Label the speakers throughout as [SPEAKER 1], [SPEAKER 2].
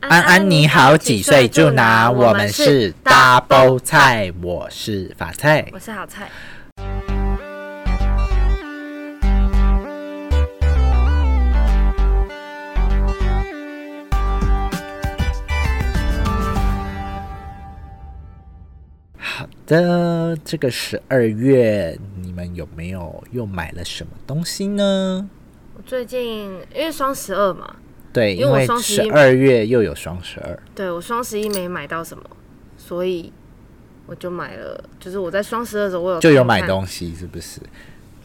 [SPEAKER 1] 安安你好，几岁住哪？我们是 Double 菜，我是法菜。
[SPEAKER 2] 我是好菜。
[SPEAKER 1] 好的，这个十二月你们有没有又买了什么东西呢？
[SPEAKER 2] 我最近因为双十二嘛，
[SPEAKER 1] 对，
[SPEAKER 2] 因为
[SPEAKER 1] 因
[SPEAKER 2] 我
[SPEAKER 1] 为
[SPEAKER 2] 双十
[SPEAKER 1] 十
[SPEAKER 2] 一
[SPEAKER 1] 二月又有双十二，
[SPEAKER 2] 对我双十一没买到什么，所以我就买了，就是我在双十二的时候我有
[SPEAKER 1] 就有
[SPEAKER 2] 看
[SPEAKER 1] 买
[SPEAKER 2] 看
[SPEAKER 1] 东西，是不是？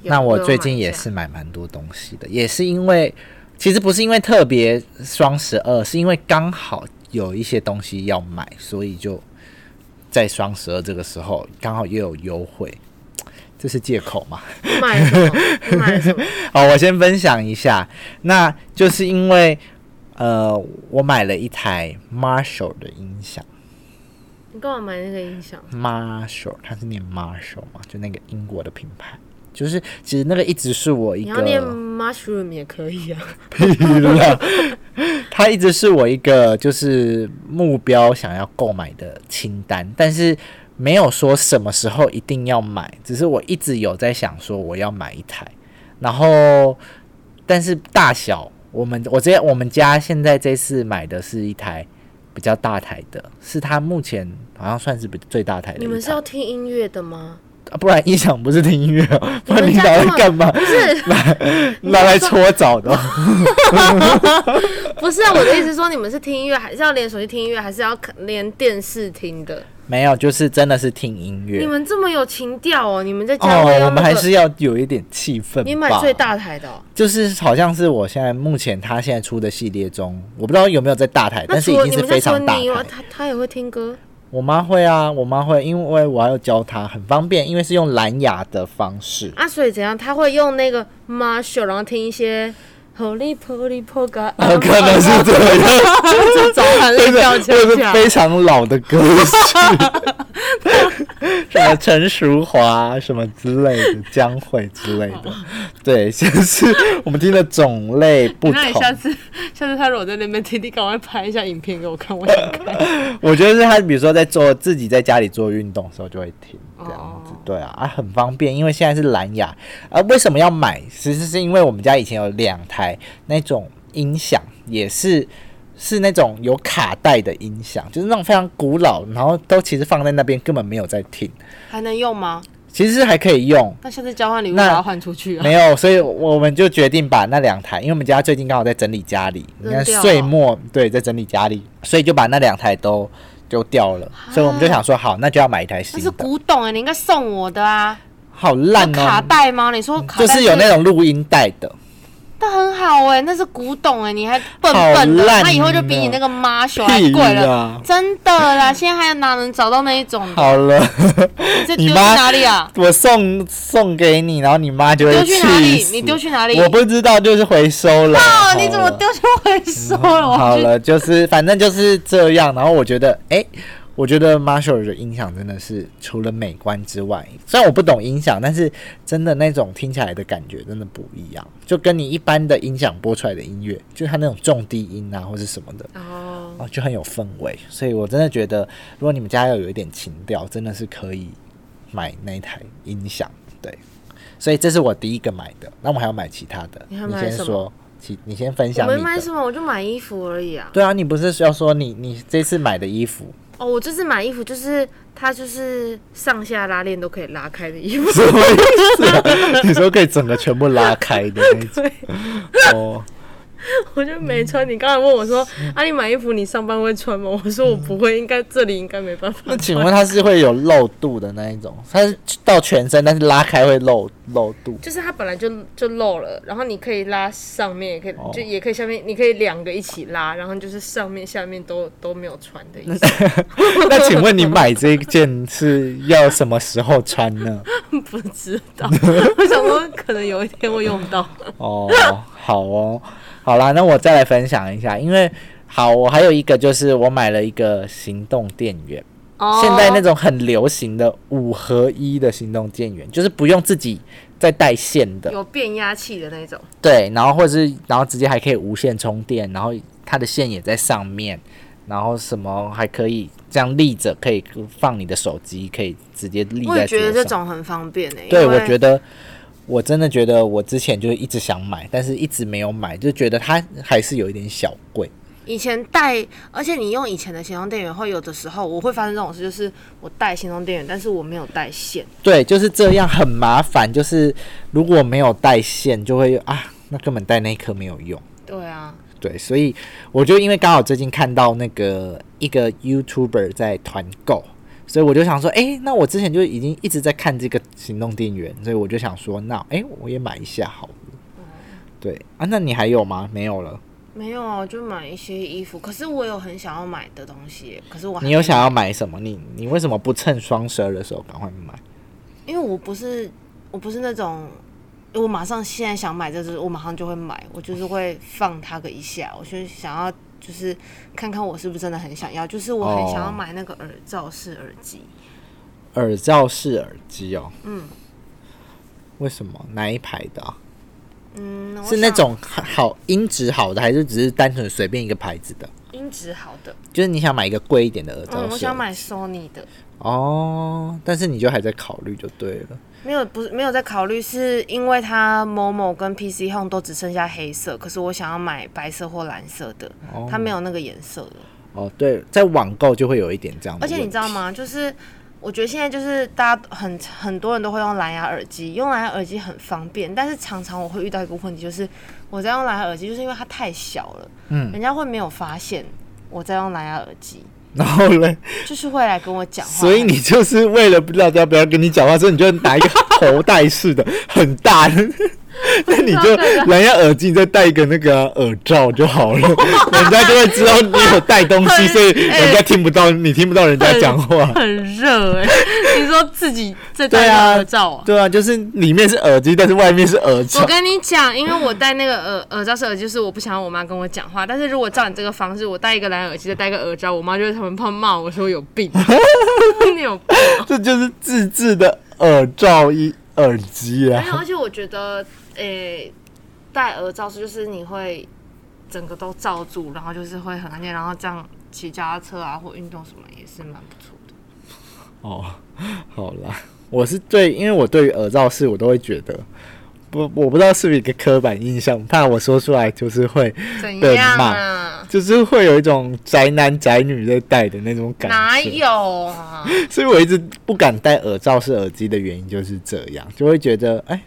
[SPEAKER 2] 有
[SPEAKER 1] 那我
[SPEAKER 2] 有
[SPEAKER 1] 最
[SPEAKER 2] 买
[SPEAKER 1] 近
[SPEAKER 2] 一
[SPEAKER 1] 也
[SPEAKER 2] 下
[SPEAKER 1] 是买蛮多东西的，也是因为其实不是因为特别双十二，是因为刚好有一些东西要买，所以就在双十二这个时候刚好又有优惠，这是借口嘛？
[SPEAKER 2] 你买了什么？你买了什么？
[SPEAKER 1] 好，我先分享一下，那就是因为呃，我买了一台 Marshall 的音响
[SPEAKER 2] 你干嘛买那个音响？
[SPEAKER 1] ，Marshall 它是念 Marshall 嘛，就那个英国的品牌。就是，其实那个一直是我一
[SPEAKER 2] 你
[SPEAKER 1] 个
[SPEAKER 2] 要念 mushroom 也可以 啊。
[SPEAKER 1] 屁啦！它一直是我一个就是目标想要购买的清单，但是没有说什么时候一定要买，只是我一直有在想说我要买一台，然后但是大小，我们我这我们家现在这次买的是一台比较大台的，是它目前好像算是比最大台的一台。
[SPEAKER 2] 你们是要听音乐的 吗？
[SPEAKER 1] 啊不然音响不是听音乐哦，不
[SPEAKER 2] 你
[SPEAKER 1] 然
[SPEAKER 2] 们
[SPEAKER 1] 你
[SPEAKER 2] 家
[SPEAKER 1] 拿来
[SPEAKER 2] 根本
[SPEAKER 1] 干 嘛？
[SPEAKER 2] 不是，
[SPEAKER 1] 拿来搓澡的哦。
[SPEAKER 2] 不是啊！我的意思是说，你们是听音乐，还是要连手机听音乐，还是要看连电视听的？
[SPEAKER 1] 没有，就是真的是听音乐。
[SPEAKER 2] 你们这么有情调哦！你们在家会
[SPEAKER 1] 哦，
[SPEAKER 2] 用
[SPEAKER 1] 我们
[SPEAKER 2] 那
[SPEAKER 1] 还
[SPEAKER 2] 个
[SPEAKER 1] 是要有一点气氛吧。
[SPEAKER 2] 你买最大台的哦、
[SPEAKER 1] 就是好像是我现在目前他现在出的系列中，我不知道有没有在大台，
[SPEAKER 2] 那
[SPEAKER 1] 但是
[SPEAKER 2] 除
[SPEAKER 1] 已
[SPEAKER 2] 了
[SPEAKER 1] 经
[SPEAKER 2] 你
[SPEAKER 1] 是
[SPEAKER 2] 们
[SPEAKER 1] 非
[SPEAKER 2] 家除了
[SPEAKER 1] 常大
[SPEAKER 2] 你以外，
[SPEAKER 1] 台。
[SPEAKER 2] 他他也会听歌。
[SPEAKER 1] 我妈会啊，我妈会，因为我还要教她，很方便，因为是用蓝牙的方式。
[SPEAKER 2] 啊，所以怎样？他会用那个 Marshall，然后听一些 Holy Poly Poga，
[SPEAKER 1] 啊，可能是 这样，
[SPEAKER 2] 这种很类标
[SPEAKER 1] 这
[SPEAKER 2] 签
[SPEAKER 1] 是非常老的歌曲， 什么陈淑华什么之类的，江蕙之类 的，对，就是我们听的种类不
[SPEAKER 2] 那你
[SPEAKER 1] 同。
[SPEAKER 2] 下次，下次他如果在那边听，你赶快拍一下影片给我看，我想看。
[SPEAKER 1] 我觉得是他，比如说在做自己在家里做运动的时候就会听这样
[SPEAKER 2] 哦
[SPEAKER 1] 子，对啊，啊很方便，因为现在是蓝牙。啊，为什么要买？其实是因为我们家以前有两台那种音响，也是是那种有卡带的音响，就是那种非常古老，然后都其实放在那边根本没有在听，
[SPEAKER 2] 还能用吗？
[SPEAKER 1] 其实还可以用。
[SPEAKER 2] 那下次交换礼物
[SPEAKER 1] 那
[SPEAKER 2] 把它换出 去啊！
[SPEAKER 1] 没有，所以我们就决定把那两台，因为我们家最近刚好在整理家里，你
[SPEAKER 2] 扔
[SPEAKER 1] 看
[SPEAKER 2] 掉
[SPEAKER 1] 岁
[SPEAKER 2] 了
[SPEAKER 1] 末对，在整理家里，所以就把那两台都丢掉了。所以我们就想说，好，那就要买一
[SPEAKER 2] 啊
[SPEAKER 1] 台
[SPEAKER 2] 那
[SPEAKER 1] 新
[SPEAKER 2] 是
[SPEAKER 1] 的。
[SPEAKER 2] 古董哎、你应该送我的啊！
[SPEAKER 1] 好烂
[SPEAKER 2] 有卡
[SPEAKER 1] 哦、
[SPEAKER 2] 带吗？你说卡带
[SPEAKER 1] 就是有那，种录音带的，
[SPEAKER 2] 那很好哎、那是古董哎、你还笨
[SPEAKER 1] 好
[SPEAKER 2] 笨的，
[SPEAKER 1] 烂
[SPEAKER 2] 他以后就比
[SPEAKER 1] 哦
[SPEAKER 2] 你那个 Marshall 还贵
[SPEAKER 1] 屁
[SPEAKER 2] 了。
[SPEAKER 1] 啦！
[SPEAKER 2] 真的啦，现在还有哪能找到那一种的？
[SPEAKER 1] 好了，
[SPEAKER 2] 你这
[SPEAKER 1] 你
[SPEAKER 2] 丢去
[SPEAKER 1] 妈
[SPEAKER 2] 哪里啊？
[SPEAKER 1] 我送送给你，然后你妈就会
[SPEAKER 2] 丢去哪
[SPEAKER 1] 气
[SPEAKER 2] 里？
[SPEAKER 1] 死。
[SPEAKER 2] 你丢去哪里？
[SPEAKER 1] 我不知道，就是回收了。
[SPEAKER 2] 哦，
[SPEAKER 1] 好
[SPEAKER 2] 你怎么
[SPEAKER 1] 了
[SPEAKER 2] 丢去回收了？我
[SPEAKER 1] 好
[SPEAKER 2] 去
[SPEAKER 1] 了，就是反正就是这样。然后我觉得，哎、我觉得 Marshall 的音响真的是除了美观之外，虽然我不懂音响，但是真的那种听起来的感觉真的不一样，就跟你一般的音响播出来的音乐，就它那种重低音啊或是什么的，
[SPEAKER 2] 哦，
[SPEAKER 1] 哦，就很有氛围。所以我真的觉得，如果你们家要有一点情调，真的是可以买那一台音响。对，所以这是我第一个买的。那我还要买其他的，
[SPEAKER 2] 你
[SPEAKER 1] 你
[SPEAKER 2] 还买
[SPEAKER 1] 先
[SPEAKER 2] 什么
[SPEAKER 1] 说，其你先分
[SPEAKER 2] 我
[SPEAKER 1] 享你
[SPEAKER 2] 没
[SPEAKER 1] 的。
[SPEAKER 2] 买什么，我就买衣服而已啊。
[SPEAKER 1] 对啊，你不是要说你你这次买的衣服？
[SPEAKER 2] 哦，我这次买衣服就是它就是上下拉链都可以拉开的衣服。
[SPEAKER 1] 什么意思啊、 你说可以整个全部拉开的那种？
[SPEAKER 2] 对，
[SPEAKER 1] 哦，
[SPEAKER 2] 我就没穿。你刚才问我说，啊，你买衣服你上班会穿吗？我说我不会，应该这里应该没办法
[SPEAKER 1] 那。请问它是会有露肚的那一种？它是到全身，但是拉开会露露肚。
[SPEAKER 2] 就是它本来就就漏了，然后你可以拉上面，也可以、
[SPEAKER 1] 哦
[SPEAKER 2] 就也可以下面，你可以两个一起拉，然后就是上面下面都都没有穿的意思。
[SPEAKER 1] 那请问你买这一件是要什么时候穿呢？
[SPEAKER 2] 不知道，我想说可能有一天会用 到。
[SPEAKER 1] 哦，好哦，好啦，那我再来分享一下，因为好，我还有一个就是我买了一个行动电源。
[SPEAKER 2] 哦
[SPEAKER 1] 现在那种很流行的五合一的行动电源，就是不用自己再带线的，
[SPEAKER 2] 有变压器的那种，
[SPEAKER 1] 对，然后或者是然后直接还可以无线充电，然后它的线也在上面，然后什么还可以这样立着，可以放你的手机，可以直接立在
[SPEAKER 2] 我也觉得
[SPEAKER 1] 桌
[SPEAKER 2] 这
[SPEAKER 1] 上
[SPEAKER 2] 种很方便诶、
[SPEAKER 1] 对，
[SPEAKER 2] 因
[SPEAKER 1] 我
[SPEAKER 2] 为
[SPEAKER 1] 觉得我真的觉得我之前就是一直想买，但是一直没有买，就觉得它还是有一点小贵。
[SPEAKER 2] 以前带，而且你用以前的行动电源，会有的时候我会发生这种事，就是我带行动电源，但是我没有带线。
[SPEAKER 1] 对，就是这样很麻烦。就是如果没有带线，就会啊，那根本带那一颗没有用。
[SPEAKER 2] 对啊，
[SPEAKER 1] 对，所以我就因为刚好最近看到那个一个 YouTuber 在团购，所以我就想说，诶，那我之前就已经一直在看这个行动电源，所以我就想说，那诶，我也买一下好了。对啊，那你还有吗？没有了。
[SPEAKER 2] 没有啊，就买一些衣服。可是我有很想要买的东西，可是我还
[SPEAKER 1] 你有想要买什么？你你为什么不趁双十二的时候赶快买？
[SPEAKER 2] 没有，因为我不是我不是那种，我马上现在想买这只，我马上就会买，我就是会放它个一下，我就是想要就是看看我是不是真的很想要，就是我很想要
[SPEAKER 1] 哦
[SPEAKER 2] 买那个耳罩式耳机。
[SPEAKER 1] 耳罩式耳机哦。
[SPEAKER 2] 嗯。
[SPEAKER 1] 为什么？哪一排的啊、
[SPEAKER 2] 嗯，我
[SPEAKER 1] 是那
[SPEAKER 2] 想
[SPEAKER 1] 种好音质好的，还是只是单纯随便一个牌子的？
[SPEAKER 2] 音质好的，
[SPEAKER 1] 就是你想买一个贵一点的耳罩
[SPEAKER 2] 嗯，
[SPEAKER 1] 式耳机、
[SPEAKER 2] 我想买 Sony 的。
[SPEAKER 1] 哦，但是你就还在考虑就对了。
[SPEAKER 2] 没有，不是没有在考虑，是因为它某某跟 PC Home 都只剩下黑色，可是我想要买白色或蓝色的，
[SPEAKER 1] 哦
[SPEAKER 2] 它没有那个颜色了。
[SPEAKER 1] 哦，对，在网购就会有一点这样的
[SPEAKER 2] 而
[SPEAKER 1] 问题。
[SPEAKER 2] 且你知道吗？就是我觉得现在就是大家很很多人都会用蓝牙耳机，用蓝牙耳机很方便，但是常常我会遇到一个问题，就是我在用蓝牙耳机，就是因为它太小了，
[SPEAKER 1] 嗯
[SPEAKER 2] 人家会没有发现我在用蓝牙耳机，
[SPEAKER 1] 然后嘞，
[SPEAKER 2] 就是会来跟我讲话。
[SPEAKER 1] 所 以你就是为了不让大家不要跟你讲话，所以你就拿一个头戴 式的很大的，那你就蓝牙耳机，你再戴一个那个啊、耳罩就好 了，人家就会知道你有带东西，
[SPEAKER 3] 很
[SPEAKER 1] 所以人家听不到，你听不到人家讲话。
[SPEAKER 3] 很热哎、
[SPEAKER 2] 欸
[SPEAKER 3] 你说自己在戴
[SPEAKER 1] 对啊
[SPEAKER 3] 那个耳罩啊？
[SPEAKER 1] 对啊，就是里面是耳机，但是外面是耳罩
[SPEAKER 2] 我。跟你讲，因为我戴那个耳耳罩式耳机，就是我不想要我妈跟我讲话。但是如果照你这个方式，我戴一个蓝牙耳机再戴一个耳罩，我妈就会他们怕骂我说我有病， 你有病。
[SPEAKER 1] 这就是自制的耳罩一耳机
[SPEAKER 2] 没有，
[SPEAKER 1] 啊。
[SPEAKER 2] 而且我觉得，诶、戴耳罩式就是你会整个都罩住，然后就是会很安静，然后这样骑脚踏车啊或运动什么也是蛮不错的。
[SPEAKER 1] 哦， 好啦，我是对，因为我对于耳罩式，我都会觉得。不，我不知道是不是一个刻板印象，怕我说出来就是会，
[SPEAKER 2] 怎
[SPEAKER 1] 对
[SPEAKER 2] 样
[SPEAKER 1] 骂
[SPEAKER 2] 啊？
[SPEAKER 1] 就是会有一种宅男宅女在戴的那种感
[SPEAKER 2] 哪
[SPEAKER 1] 觉。
[SPEAKER 2] 有啊？
[SPEAKER 1] 所以我一直不敢戴耳罩式耳机的原因就是这样，就会觉得哎，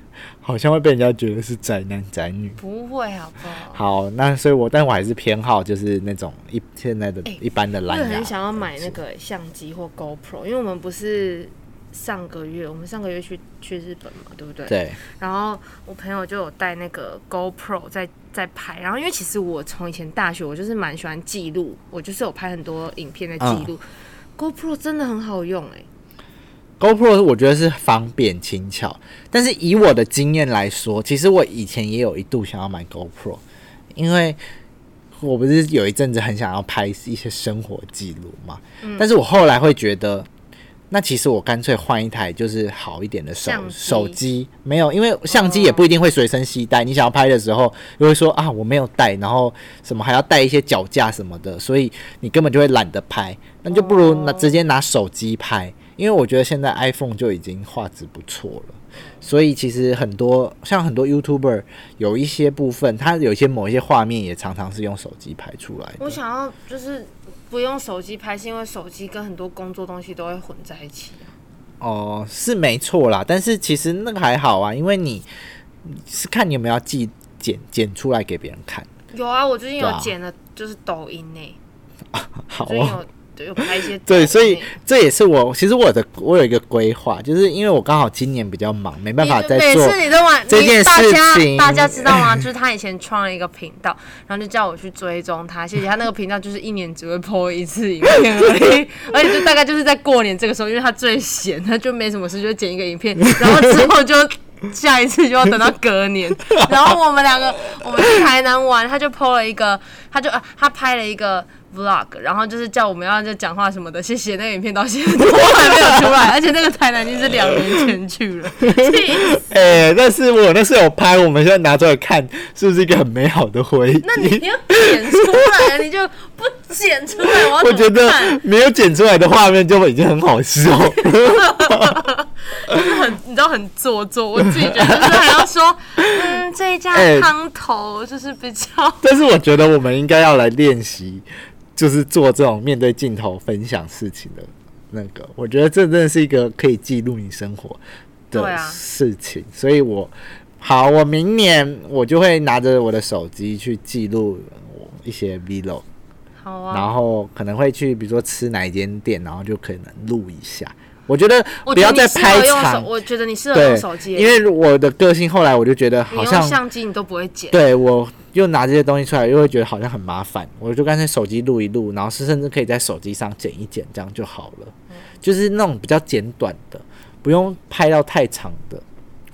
[SPEAKER 1] 好像会被人家觉得是宅男宅女。
[SPEAKER 2] 不会好不好？
[SPEAKER 1] 好，那所以我，但我还是偏好就是那种一现在的、
[SPEAKER 2] 哎
[SPEAKER 1] 一般的
[SPEAKER 2] 我
[SPEAKER 1] 蓝
[SPEAKER 2] 也
[SPEAKER 1] 牙。
[SPEAKER 2] 很想要买那个相机或 GoPro，因为我们不是上个月，我们上个月去去日本嘛，对不对？。
[SPEAKER 1] 对，
[SPEAKER 2] 然后我朋友就有带那个 GoPro 在在拍，然后因为其实我从以前大学我就是蛮喜欢记录，我就是有拍很多影片在
[SPEAKER 1] 嗯
[SPEAKER 2] 记录。GoPro 真的很好用哎、
[SPEAKER 1] GoPro 我觉得是方便轻巧，但是以我的经验来说，其实我以前也有一度想要买 GoPro，因为我不是有一阵子很想要拍一些生活记录嘛，
[SPEAKER 2] 嗯
[SPEAKER 1] 但是我后来会觉得，那其实我干脆换一台就是好一点的手
[SPEAKER 2] 相机
[SPEAKER 1] 手机，没有，因为相机也不一定会随身携带，你想要拍的时候又会说啊我没有带，然后什么还要带一些脚架什么的，所以你根本就会懒得拍，那就不如
[SPEAKER 2] 哦
[SPEAKER 1] 拿直接拿手机拍，因为我觉得现在 iPhone 就已经画质不错了。所以其实很多像很多 YouTuber 有一些部分，他有一些某一些画面也常常是用手机拍出来的。
[SPEAKER 2] 我想要就是不用手机拍，是因为手机跟很多工作东西都会混在一起、啊。
[SPEAKER 1] 哦，是没错啦，但是其实那个还好啊，因为你是看你有没有要记剪剪出来给别人看。
[SPEAKER 2] 有啊，我最近
[SPEAKER 1] 对
[SPEAKER 2] 有
[SPEAKER 1] 啊
[SPEAKER 2] 剪了，就是抖音呢、
[SPEAKER 1] 好
[SPEAKER 2] 最近
[SPEAKER 1] 哦，
[SPEAKER 2] 有对有拍一些抖音欸、
[SPEAKER 1] 对，所以这也是我其实我的我有一个规划，就是因为我刚好今年比较忙，没办法再
[SPEAKER 2] 每
[SPEAKER 1] 做。
[SPEAKER 2] 次你都玩
[SPEAKER 1] 这件事情
[SPEAKER 2] 你大家大家知道吗？ 就是他以前创了一个频道，然后就叫我去追踪他。谢谢他那个频道就是一年只会 PO 一次影片而 已，而且就大概就是在过年这个时候，因为他最闲，他就没什么事，就剪一个影 片，然后之后就。下一次就要等到隔 年，然后我们两个我们去台南玩，他就 PO 了一个，他就啊他拍了一个 vlog，然后就是叫我们要就讲话什么的，谢谢那个影片到现在都还没有出来，而且那个台南已经是两年前去 了，气死
[SPEAKER 1] 哎、但是我那时候有拍，我们现在拿出来看，是不是一个很美好的回忆？
[SPEAKER 2] 那你你要点出来，你就不剪出来，我要
[SPEAKER 1] 我
[SPEAKER 2] 怎
[SPEAKER 1] 觉
[SPEAKER 2] 么
[SPEAKER 1] 得
[SPEAKER 2] 看
[SPEAKER 1] 没有剪出来的画面就已经很好笑。
[SPEAKER 2] 很，你知道很做作，我自己觉得就是还要说，嗯，这一家
[SPEAKER 1] 哎
[SPEAKER 2] 汤头就是比较，
[SPEAKER 1] 但是我觉得我们应该要来练习，就是做这种面对镜头分享事情的那个。我觉得这真的是一个可以记录你生活
[SPEAKER 2] 对
[SPEAKER 1] 的
[SPEAKER 2] 啊
[SPEAKER 1] 事情，所以我好，我明年我就会拿着我的手机去记录我一些
[SPEAKER 2] 啊
[SPEAKER 1] vlog，、
[SPEAKER 2] 好啊，
[SPEAKER 1] 然后可能会去比如说吃哪一间店，然后就可能录一下。我觉得
[SPEAKER 2] 我觉
[SPEAKER 1] 不要
[SPEAKER 2] 得
[SPEAKER 1] 再
[SPEAKER 2] 你适合
[SPEAKER 1] 拍
[SPEAKER 2] 用手，
[SPEAKER 1] 长，
[SPEAKER 2] 我觉得你适合
[SPEAKER 1] 对
[SPEAKER 2] 用手，机，
[SPEAKER 1] 因为我的个性后来我就觉得
[SPEAKER 2] 你
[SPEAKER 1] 好
[SPEAKER 2] 用
[SPEAKER 1] 像
[SPEAKER 2] 相机你都不会剪，
[SPEAKER 1] 对我又拿这些东西出来，又会觉得好像很麻烦，我就干脆手机录一录，然后是甚至可以在手机上剪一剪，这样就好了。
[SPEAKER 2] 嗯
[SPEAKER 1] 就是那种比较简短的，不用拍到太长的，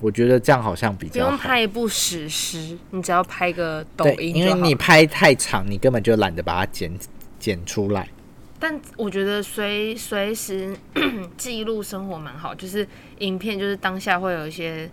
[SPEAKER 1] 我觉得这样好像比
[SPEAKER 2] 不
[SPEAKER 1] 较
[SPEAKER 2] 用
[SPEAKER 1] 好。
[SPEAKER 2] 拍一部史诗，你只要拍个抖
[SPEAKER 1] 对，
[SPEAKER 2] 音
[SPEAKER 1] 因为
[SPEAKER 2] 就好
[SPEAKER 1] 你拍太长，你根本就懒得把它剪剪出来。
[SPEAKER 2] 但我觉得随随时 记录生活蛮好，就是影片就是当下会有一些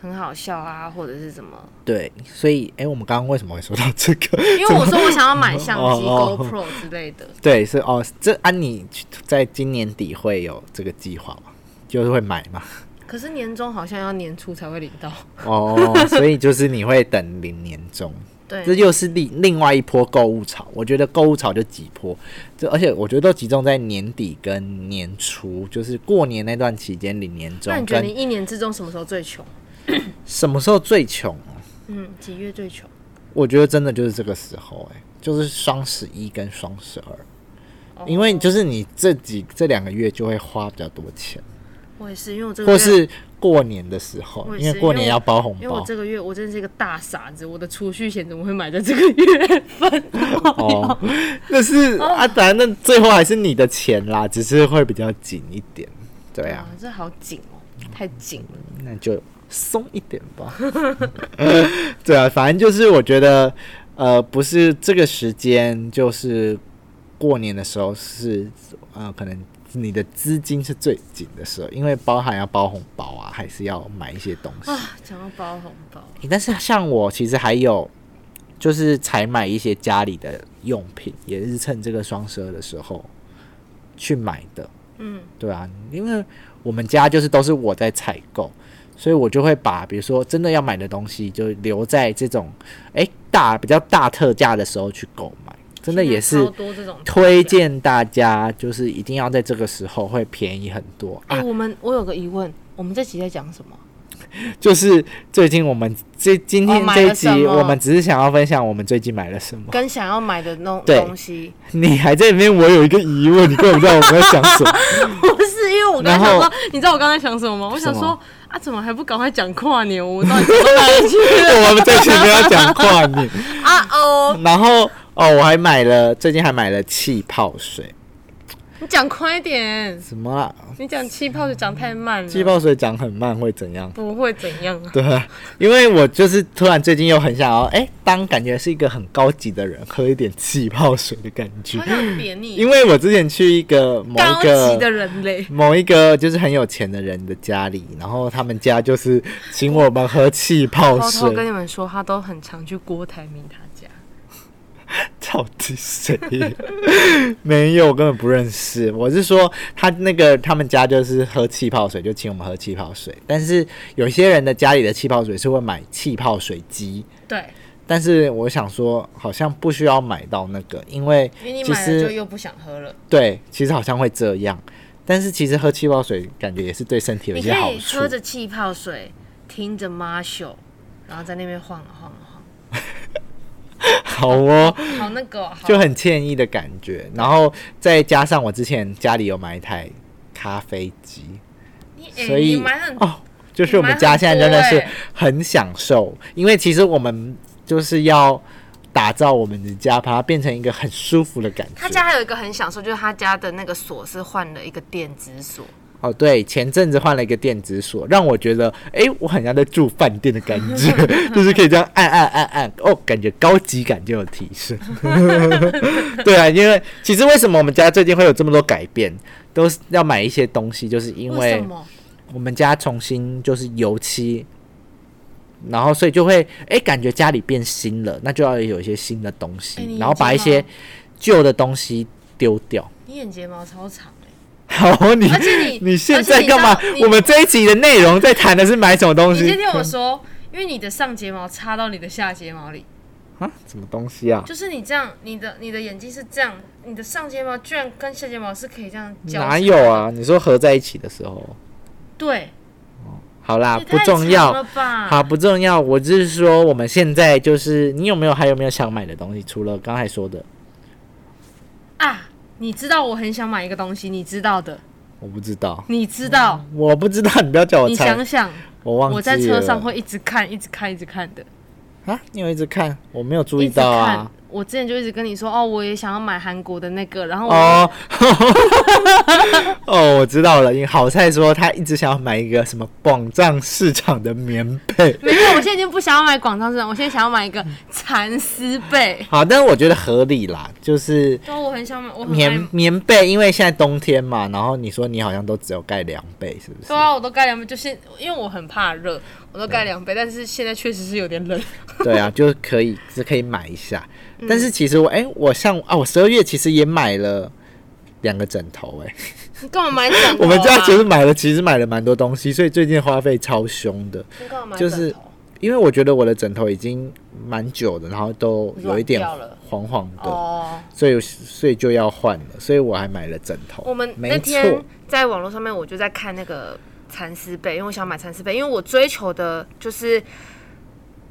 [SPEAKER 2] 很好笑啊，或者是什么。
[SPEAKER 1] 对，所以哎、诶我们刚刚为什么会说到这个？
[SPEAKER 2] 因为我说我想要买相机、
[SPEAKER 1] 哦哦
[SPEAKER 2] GoPro 之类的，
[SPEAKER 1] 对，是哦，这安妮在今年底会有这个计划吗？就是会买 吗？
[SPEAKER 2] 可是年终好像要年初才会领 到。
[SPEAKER 1] 哦，所以就是你会等零年中。这
[SPEAKER 2] 对，
[SPEAKER 1] 又是另另外一波购物潮。我觉得购物潮就几波，这而且我觉得都集中在年底跟年初，就是过年那段期间领年
[SPEAKER 2] 那
[SPEAKER 1] 终
[SPEAKER 2] 你觉得
[SPEAKER 1] 跟
[SPEAKER 2] 你一年之中什么时候最穷？
[SPEAKER 1] 什么时候最穷？啊
[SPEAKER 2] 嗯，几月最穷？
[SPEAKER 1] 我觉得真的就是这个时候、哎，就是双十一跟双十二，
[SPEAKER 2] 哦
[SPEAKER 1] 因为就是你这几这两个月就会花比较多钱，
[SPEAKER 2] 我也是，因为我这个
[SPEAKER 1] 或
[SPEAKER 2] 月，
[SPEAKER 1] 是哦过年的时候
[SPEAKER 2] 嗯我，也是
[SPEAKER 1] 因为过年要包红
[SPEAKER 2] 因为我
[SPEAKER 1] 包
[SPEAKER 2] 这个月我真的是一个大傻子，我的储蓄险怎么会买在这个月份？
[SPEAKER 1] 哦，那是啊，当然那最后还是你的钱啦，只是会比较紧一点， 对啊。，
[SPEAKER 2] 这好紧哦，太紧了。
[SPEAKER 1] 那就松一点吧。 对啊，反正就是我觉得，呃，不是这个时间，就是过年的时候是，呃，可能你的资金是最紧的时候，因为包含要包红包啊，还是要买一些东西。
[SPEAKER 2] 啊，讲到包红包，
[SPEAKER 1] 欸但是像我其实还有，就是采买一些家里的用品，也是趁这个双十二的时候去买的。
[SPEAKER 2] 嗯，
[SPEAKER 1] 对啊，因为我们家就是都是我在采购，所以我就会把比如说真的要买的东西，就留在这种诶大比较大特价的时候去购买。真的也
[SPEAKER 2] 现在
[SPEAKER 1] 是
[SPEAKER 2] 超多这种
[SPEAKER 1] 推。荐啊大家，就是一定要在这个时候会便宜很多
[SPEAKER 2] 哎、
[SPEAKER 1] 啊。
[SPEAKER 2] 我们我有个疑问，我们这集在讲什么？
[SPEAKER 1] 就是最近我们这今
[SPEAKER 2] 哦
[SPEAKER 1] 天
[SPEAKER 2] 买
[SPEAKER 1] 这一
[SPEAKER 2] 了
[SPEAKER 1] 集
[SPEAKER 2] 什，么
[SPEAKER 1] 我们只是想要分享我们最近买了什么。
[SPEAKER 2] 跟想要买的那种
[SPEAKER 1] 对
[SPEAKER 2] 东西，
[SPEAKER 1] 你还在里面，我有一个疑问，你根本不知道我们在想 什么。
[SPEAKER 2] 不是因为我刚才
[SPEAKER 1] 然
[SPEAKER 2] 想
[SPEAKER 1] 后
[SPEAKER 2] 说，你知道我刚才想什么吗？我想
[SPEAKER 1] 什
[SPEAKER 2] 说
[SPEAKER 1] 么
[SPEAKER 2] 啊，怎么还不赶快讲跨年？我 到底怎么买去
[SPEAKER 1] 我们这期不要讲跨年。
[SPEAKER 2] 啊？哦，
[SPEAKER 1] 然后哦，我还买了，最近还买了气泡水。
[SPEAKER 2] 你讲快一点，
[SPEAKER 1] 什么啊？
[SPEAKER 2] 你讲气泡就讲太慢了，
[SPEAKER 1] 气泡水讲很慢会怎样？
[SPEAKER 2] 不会怎样啊？
[SPEAKER 1] 对啊，因为我就是突然最近又很想要，哎、当感觉是一个很高级的人，喝一点气泡水的感觉
[SPEAKER 2] 好。想扁你，
[SPEAKER 1] 因为我之前去一个某
[SPEAKER 2] 哎高
[SPEAKER 1] 一
[SPEAKER 2] 级的
[SPEAKER 1] 个
[SPEAKER 2] 人类，
[SPEAKER 1] 某一个就是很有钱的人的家里，然后他们家就是请我们喝气泡
[SPEAKER 2] 偷偷跟
[SPEAKER 1] 水，
[SPEAKER 2] 你们说，他都很常去郭台铭他家。
[SPEAKER 1] 到底谁？ 没有，我根本不认识。我是说，他那个他们家就是喝气泡水，就请我们喝气泡水。但是有些人的家里的气泡水是会买气泡水机，
[SPEAKER 2] 对，
[SPEAKER 1] 但是我想说，好像不需要买到那个，因为
[SPEAKER 2] 因为你
[SPEAKER 1] 其
[SPEAKER 2] 买了就
[SPEAKER 1] 实
[SPEAKER 2] 又不想喝了。
[SPEAKER 1] 对，其实好像会这样。但是其实喝气泡水感觉也是对身体有一
[SPEAKER 2] 你
[SPEAKER 1] 些
[SPEAKER 2] 可
[SPEAKER 1] 好
[SPEAKER 2] 以
[SPEAKER 1] 处
[SPEAKER 2] 喝。着气泡水，听着 Marshall，然后在那边晃啊晃啊晃，
[SPEAKER 1] 好哦，
[SPEAKER 2] 好那个哦好
[SPEAKER 1] 就很惬意的感觉。然后再加上我之前家里有买一台咖啡机，
[SPEAKER 2] 你哎
[SPEAKER 1] 所
[SPEAKER 2] 你
[SPEAKER 1] 以
[SPEAKER 2] 买很
[SPEAKER 1] 哦，就是我们家现在真的
[SPEAKER 2] 哎
[SPEAKER 1] 是很享受，因为其实我们就是要打造我们的家，把它变成一个很舒服的感觉。
[SPEAKER 2] 他家还有一个很享受，就是他家的那个锁是换了一个电子锁，
[SPEAKER 1] 哦，对，前阵子换了一个电子锁，让我觉得，哎，我很像在住饭店的感 觉，就是可以这样按按按按，哦，感觉高级感就有提升。 对啊，因为其实为什么我们家最近会有这么多改变，都是要买一些东西，就是因
[SPEAKER 2] 为
[SPEAKER 1] 为
[SPEAKER 2] 什么？
[SPEAKER 1] 我们家重新就是油漆，然后所以就会哎、诶感觉家里变新了，那就要有一些新的东西，
[SPEAKER 2] 哎你
[SPEAKER 1] 然后把
[SPEAKER 2] 有
[SPEAKER 1] 一
[SPEAKER 2] 接吗
[SPEAKER 1] 些旧的东西丢掉。
[SPEAKER 2] 你眼睫毛超长哎、
[SPEAKER 1] 好，你
[SPEAKER 2] 而且你
[SPEAKER 1] 现在干
[SPEAKER 2] 而
[SPEAKER 1] 嘛
[SPEAKER 2] 且你知道？你
[SPEAKER 1] 我们这一集的内容在谈的是买什么东
[SPEAKER 2] 你
[SPEAKER 1] 西？
[SPEAKER 2] 先听我说，因为你的上睫毛插到你的下睫毛里，
[SPEAKER 1] 啊，什么东西啊？
[SPEAKER 2] 就是你这样，你的你的眼睛是这样，你的上睫毛居然跟下睫毛是可以这样交
[SPEAKER 1] 哪
[SPEAKER 2] 叉
[SPEAKER 1] 有？啊？你说合在一起的时候，
[SPEAKER 2] 对，
[SPEAKER 1] 好啦，
[SPEAKER 2] 也
[SPEAKER 1] 啊不
[SPEAKER 2] 太
[SPEAKER 1] 重
[SPEAKER 2] 长
[SPEAKER 1] 要
[SPEAKER 2] 了，吧？
[SPEAKER 1] 好，不重要。我只是说，我们现在就是你有没有还有没有想买的东西？除了刚才说的，
[SPEAKER 2] 啊，你知道我很想买一个东西，你知道的，
[SPEAKER 1] 我不知道，
[SPEAKER 2] 你知道，
[SPEAKER 1] 我不知道，你不要嗯叫我
[SPEAKER 2] 你
[SPEAKER 1] 猜
[SPEAKER 2] 想，想，
[SPEAKER 1] 我忘记
[SPEAKER 2] 我在车上
[SPEAKER 1] 了
[SPEAKER 2] 会一直看，一直看，一直看的，
[SPEAKER 1] 啊，你有一直看，我没有注
[SPEAKER 2] 一
[SPEAKER 1] 意
[SPEAKER 2] 直
[SPEAKER 1] 到
[SPEAKER 2] 看
[SPEAKER 1] 啊。。
[SPEAKER 2] 我之前就一直跟你说，哦，我也想要买韩国的那个，然后我、
[SPEAKER 1] 哦， 哦，我知道了。因为好菜说他一直想要买一个什么广藏市场的棉被。
[SPEAKER 2] 没有，我现在已经不想要买广场市场，我现在想要买一个蚕丝被。
[SPEAKER 1] 好，但是我觉得合理啦，就是
[SPEAKER 2] 对，啊我很想买，我很爱
[SPEAKER 1] 棉。棉被，因为现在冬天嘛，然后你说你好像都只有盖两被，是不是
[SPEAKER 2] 对？啊，我都盖两被，就是因为我很怕热，我都盖两被，但是现在确实是有点冷。
[SPEAKER 1] 对啊，就是可以是可以买一下。但是其实我哎、我像啊，我十二月其实也买了两个枕头哎、
[SPEAKER 2] 你干嘛买枕头、啊？
[SPEAKER 1] 我们家其实买了，其实买了蛮多东西，所以最近花费超凶的。
[SPEAKER 2] 你干嘛买
[SPEAKER 1] 就
[SPEAKER 2] 枕头？
[SPEAKER 1] 是因为我觉得我的枕头已经蛮久的，然后都有一点
[SPEAKER 2] 软掉了
[SPEAKER 1] 黄黄的，
[SPEAKER 2] 哦，
[SPEAKER 1] 所以所以就要换了，所以我还买了枕头。
[SPEAKER 2] 我们那
[SPEAKER 1] 没
[SPEAKER 2] 天
[SPEAKER 1] 错，
[SPEAKER 2] 在网络上面，我就在看那个蚕丝被，因为我想买蚕丝被，因为我追求的就是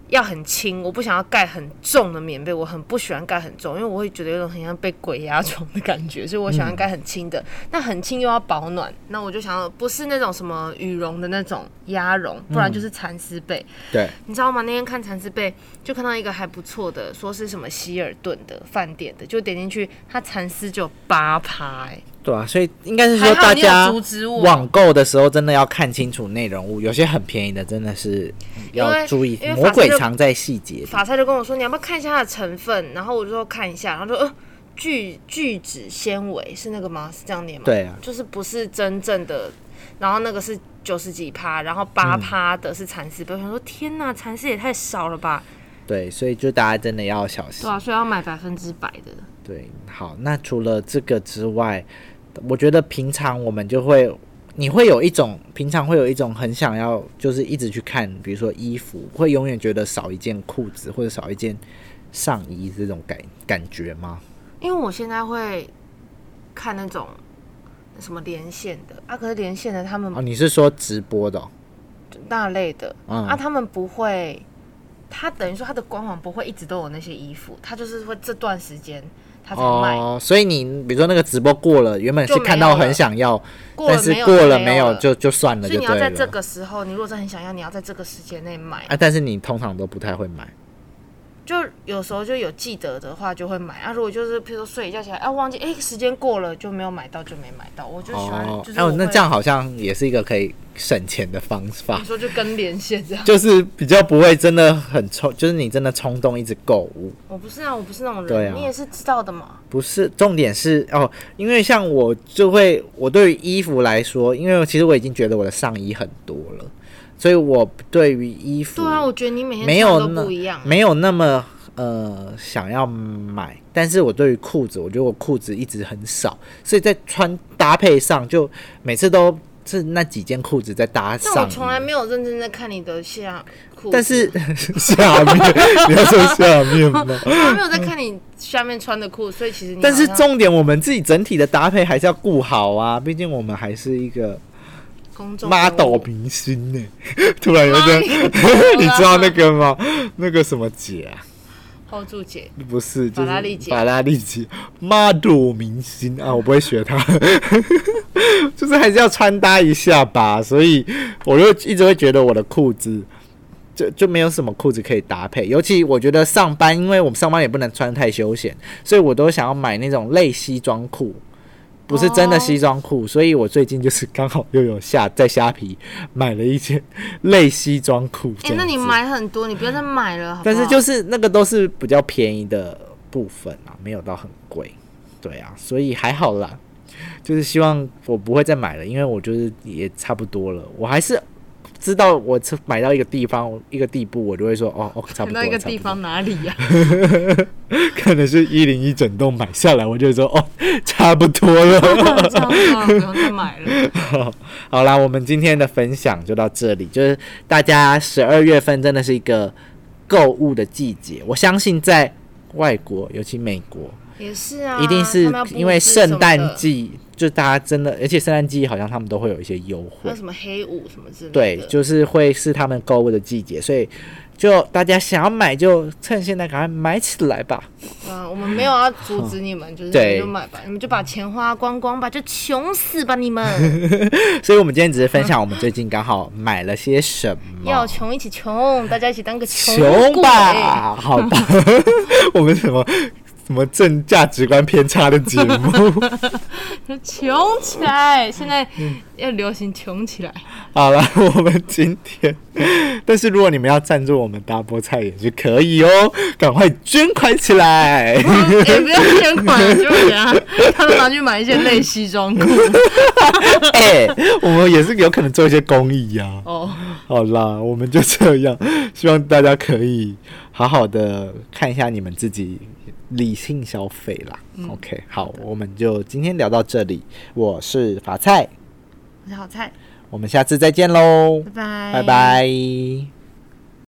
[SPEAKER 2] 要很轻，我不想要盖很重的棉被，我很不喜欢盖很重，因为我会觉得有种很像被鬼压床的感觉，所以我喜欢盖很轻
[SPEAKER 1] 嗯
[SPEAKER 2] 的。那很轻又要保暖，那我就想要不是那种什么羽绒的那种鸭绒，不然就是蚕丝被。
[SPEAKER 1] 对，
[SPEAKER 2] 你知道吗？那天看蚕丝被，就看到一个还不错的，说是什么希尔顿的饭店的，就点进去，它蚕丝就有八趴、欸，
[SPEAKER 1] 对啊，所以应该是
[SPEAKER 2] 还
[SPEAKER 1] 说
[SPEAKER 2] 好
[SPEAKER 1] 大
[SPEAKER 2] 你有
[SPEAKER 1] 家
[SPEAKER 2] 阻止我
[SPEAKER 1] 网购的时候真的要看清楚内容物，有些很便宜的真的是要注意
[SPEAKER 2] 因为，
[SPEAKER 1] 魔鬼
[SPEAKER 2] 法式
[SPEAKER 1] 藏在细节里。
[SPEAKER 2] 法菜就跟我说你要不要看一下它的成分，然后我就说看一下，然后说呃聚聚酯纤维是那个吗？是这样念吗？
[SPEAKER 1] 对啊
[SPEAKER 2] 就是不是真正的，然后那个是九十几趴，然后
[SPEAKER 1] 嗯
[SPEAKER 2] 八趴的是蚕丝被，我想说天呐，蚕丝也太少了吧？
[SPEAKER 1] 对，所以就大家真的要小心
[SPEAKER 2] 对。啊，所以要买百分之百的。
[SPEAKER 1] 对，好，那除了这个之外，我觉得平常我们就会，你会有一种平常会有一种很想要，就是一直去看，比如说衣服，会永远觉得少一件裤子或者少一件上衣这种感感觉吗？
[SPEAKER 2] 因为我现在会看那种什么连线的啊，可是连线的他们
[SPEAKER 1] 哦，你是说直播的、哦？
[SPEAKER 2] 那类的、
[SPEAKER 1] 嗯
[SPEAKER 2] 啊，他们不会，他等于说他的官网不会一直都有那些衣服，他就是会这段时间他才卖，
[SPEAKER 1] 哦，所以你比如说那个直播过了，原本是
[SPEAKER 2] 就没
[SPEAKER 1] 看到
[SPEAKER 2] 有了
[SPEAKER 1] 很想要，
[SPEAKER 2] 过
[SPEAKER 1] 但
[SPEAKER 2] 了
[SPEAKER 1] 是
[SPEAKER 2] 没有
[SPEAKER 1] 过
[SPEAKER 2] 了
[SPEAKER 1] 没
[SPEAKER 2] 有
[SPEAKER 1] 有就就算了
[SPEAKER 2] 所
[SPEAKER 1] 就
[SPEAKER 2] 以你要
[SPEAKER 1] 对
[SPEAKER 2] 在这
[SPEAKER 1] 了。
[SPEAKER 2] 个时候，你如果真的很想要，你要在这个时间内买，
[SPEAKER 1] 啊，但是你通常都不太会买。
[SPEAKER 2] 就有时候就有记得的话就会买啊。如果就是譬如说睡一觉起来啊忘记，哎、时间过了就没有买到就没买到，我就喜欢、
[SPEAKER 1] 哦
[SPEAKER 2] 就，是
[SPEAKER 1] 哎、
[SPEAKER 2] 我
[SPEAKER 1] 那
[SPEAKER 2] 会
[SPEAKER 1] 这样好像也是一个可以省钱的方法
[SPEAKER 2] 你。说就跟连线 这样，
[SPEAKER 1] 就是比较不会真的很冲，就是你真的冲动一直购物，
[SPEAKER 2] 我不是啊，我不是那种
[SPEAKER 1] 对
[SPEAKER 2] 人，
[SPEAKER 1] 啊
[SPEAKER 2] 你也是知道的嘛。
[SPEAKER 1] 不是重点是哦，因为像我就会，我对于衣服来说，因为其实我已经觉得我的上衣很多了，所以我对于衣服
[SPEAKER 2] 对啊，我觉得你每天
[SPEAKER 1] 没
[SPEAKER 2] 穿
[SPEAKER 1] 有
[SPEAKER 2] 都
[SPEAKER 1] 那
[SPEAKER 2] 不一样，啊
[SPEAKER 1] 没有那么呃想要买，但是我对于裤子，我觉得我裤子一直很少，所以在穿搭配上就每次都是那几件裤子在搭上衣。
[SPEAKER 2] 但我从来没有认真在看你的下裤子，
[SPEAKER 1] 但是下面，你要说下面吗？
[SPEAKER 2] 从来没有在看你下面穿的裤，所以其实你
[SPEAKER 1] 但是
[SPEAKER 2] 好像
[SPEAKER 1] 重点，我们自己整体的搭配还是要顾好啊，毕竟我们还是一个
[SPEAKER 2] 公众
[SPEAKER 1] model 明星呢、 突然有
[SPEAKER 2] 妈
[SPEAKER 1] 点，
[SPEAKER 2] 你
[SPEAKER 1] 你知道那个吗？那个什么姐啊？
[SPEAKER 2] hold 住姐，
[SPEAKER 1] 不是，就是
[SPEAKER 2] 法拉利姐
[SPEAKER 1] 法拉利姐，model 明星啊，我不会学她， 就是还是要穿搭一下吧。所以我就一直会觉得我的裤子。就就没有什么裤子可以搭配，尤其我觉得上班，因为我们上班也不能穿太休闲，所以我都想要买那种类西装裤，不是真的西装
[SPEAKER 2] 哦
[SPEAKER 1] 裤。所以我最近就是刚好又有下在虾皮买了一件类西装裤。
[SPEAKER 2] 哎、
[SPEAKER 1] 这样
[SPEAKER 2] 那你
[SPEAKER 1] 子
[SPEAKER 2] 买很多，你不要再买了，好不好
[SPEAKER 1] 但是就是那个都是比较便宜的部分啊，没有到很贵，对啊，所以还好啦。就是希望我不会再买了，因为我就是也差不多了，我还是知道我吃买到一个地方一个地步，我就会说哦哦，差不
[SPEAKER 2] 看
[SPEAKER 1] 多。
[SPEAKER 2] 到一个
[SPEAKER 1] 差不
[SPEAKER 2] 地
[SPEAKER 1] 多
[SPEAKER 2] 方哪里呀、
[SPEAKER 1] 可能是一零一整栋买下来，我就说哦，差不多 了。
[SPEAKER 2] 差不多了不用再买了。
[SPEAKER 1] 好啦，我们今天的分享就到这里。就是大家十二月份真的是一个购物的季节，我相信在外国，尤其美国，
[SPEAKER 2] 也是啊，
[SPEAKER 1] 一定
[SPEAKER 2] 他
[SPEAKER 1] 是
[SPEAKER 2] 们要布置
[SPEAKER 1] 因为圣
[SPEAKER 2] 什么
[SPEAKER 1] 诞
[SPEAKER 2] 的，
[SPEAKER 1] 季，就大家真的，而且圣诞季好像他们都会有一些优
[SPEAKER 2] 还
[SPEAKER 1] 惠
[SPEAKER 2] 有，什么黑五什么之类的。
[SPEAKER 1] 对，就是会是他们购物的季节，所以就大家想要买就趁现在赶快买起来吧。
[SPEAKER 2] 嗯，我们没有要阻止你们，就是你
[SPEAKER 1] 对
[SPEAKER 2] 们就买吧，你们就把钱花光光吧，就穷死吧你 们，
[SPEAKER 1] 所以我们今天只是分享我们最近刚好买了些什么。
[SPEAKER 2] 要穷一起穷，大家一起当个
[SPEAKER 1] 穷
[SPEAKER 2] 鬼。
[SPEAKER 1] 吧，好吧， 我们什么什么正价值观偏差的节目。
[SPEAKER 2] 穷起来！现在要流行穷起来，
[SPEAKER 1] 好了，我们今天，但是如果你们要赞助我们大菠菜也是可以哦，赶快捐款起 来。
[SPEAKER 2] 也不要捐款，就是给他他们拿去买一些类西装裤
[SPEAKER 1] 哎、我们也是有可能做一些公益呀、
[SPEAKER 2] 哦。
[SPEAKER 1] 好啦，我们就这样，希望大家可以好好的看一下你们自己理性消费啦。OK，好，
[SPEAKER 2] 嗯
[SPEAKER 1] 我们就今天聊到这里，我是法菜。
[SPEAKER 2] 我是好菜，
[SPEAKER 1] 我们下次再见喽，
[SPEAKER 2] 拜拜，
[SPEAKER 1] 拜拜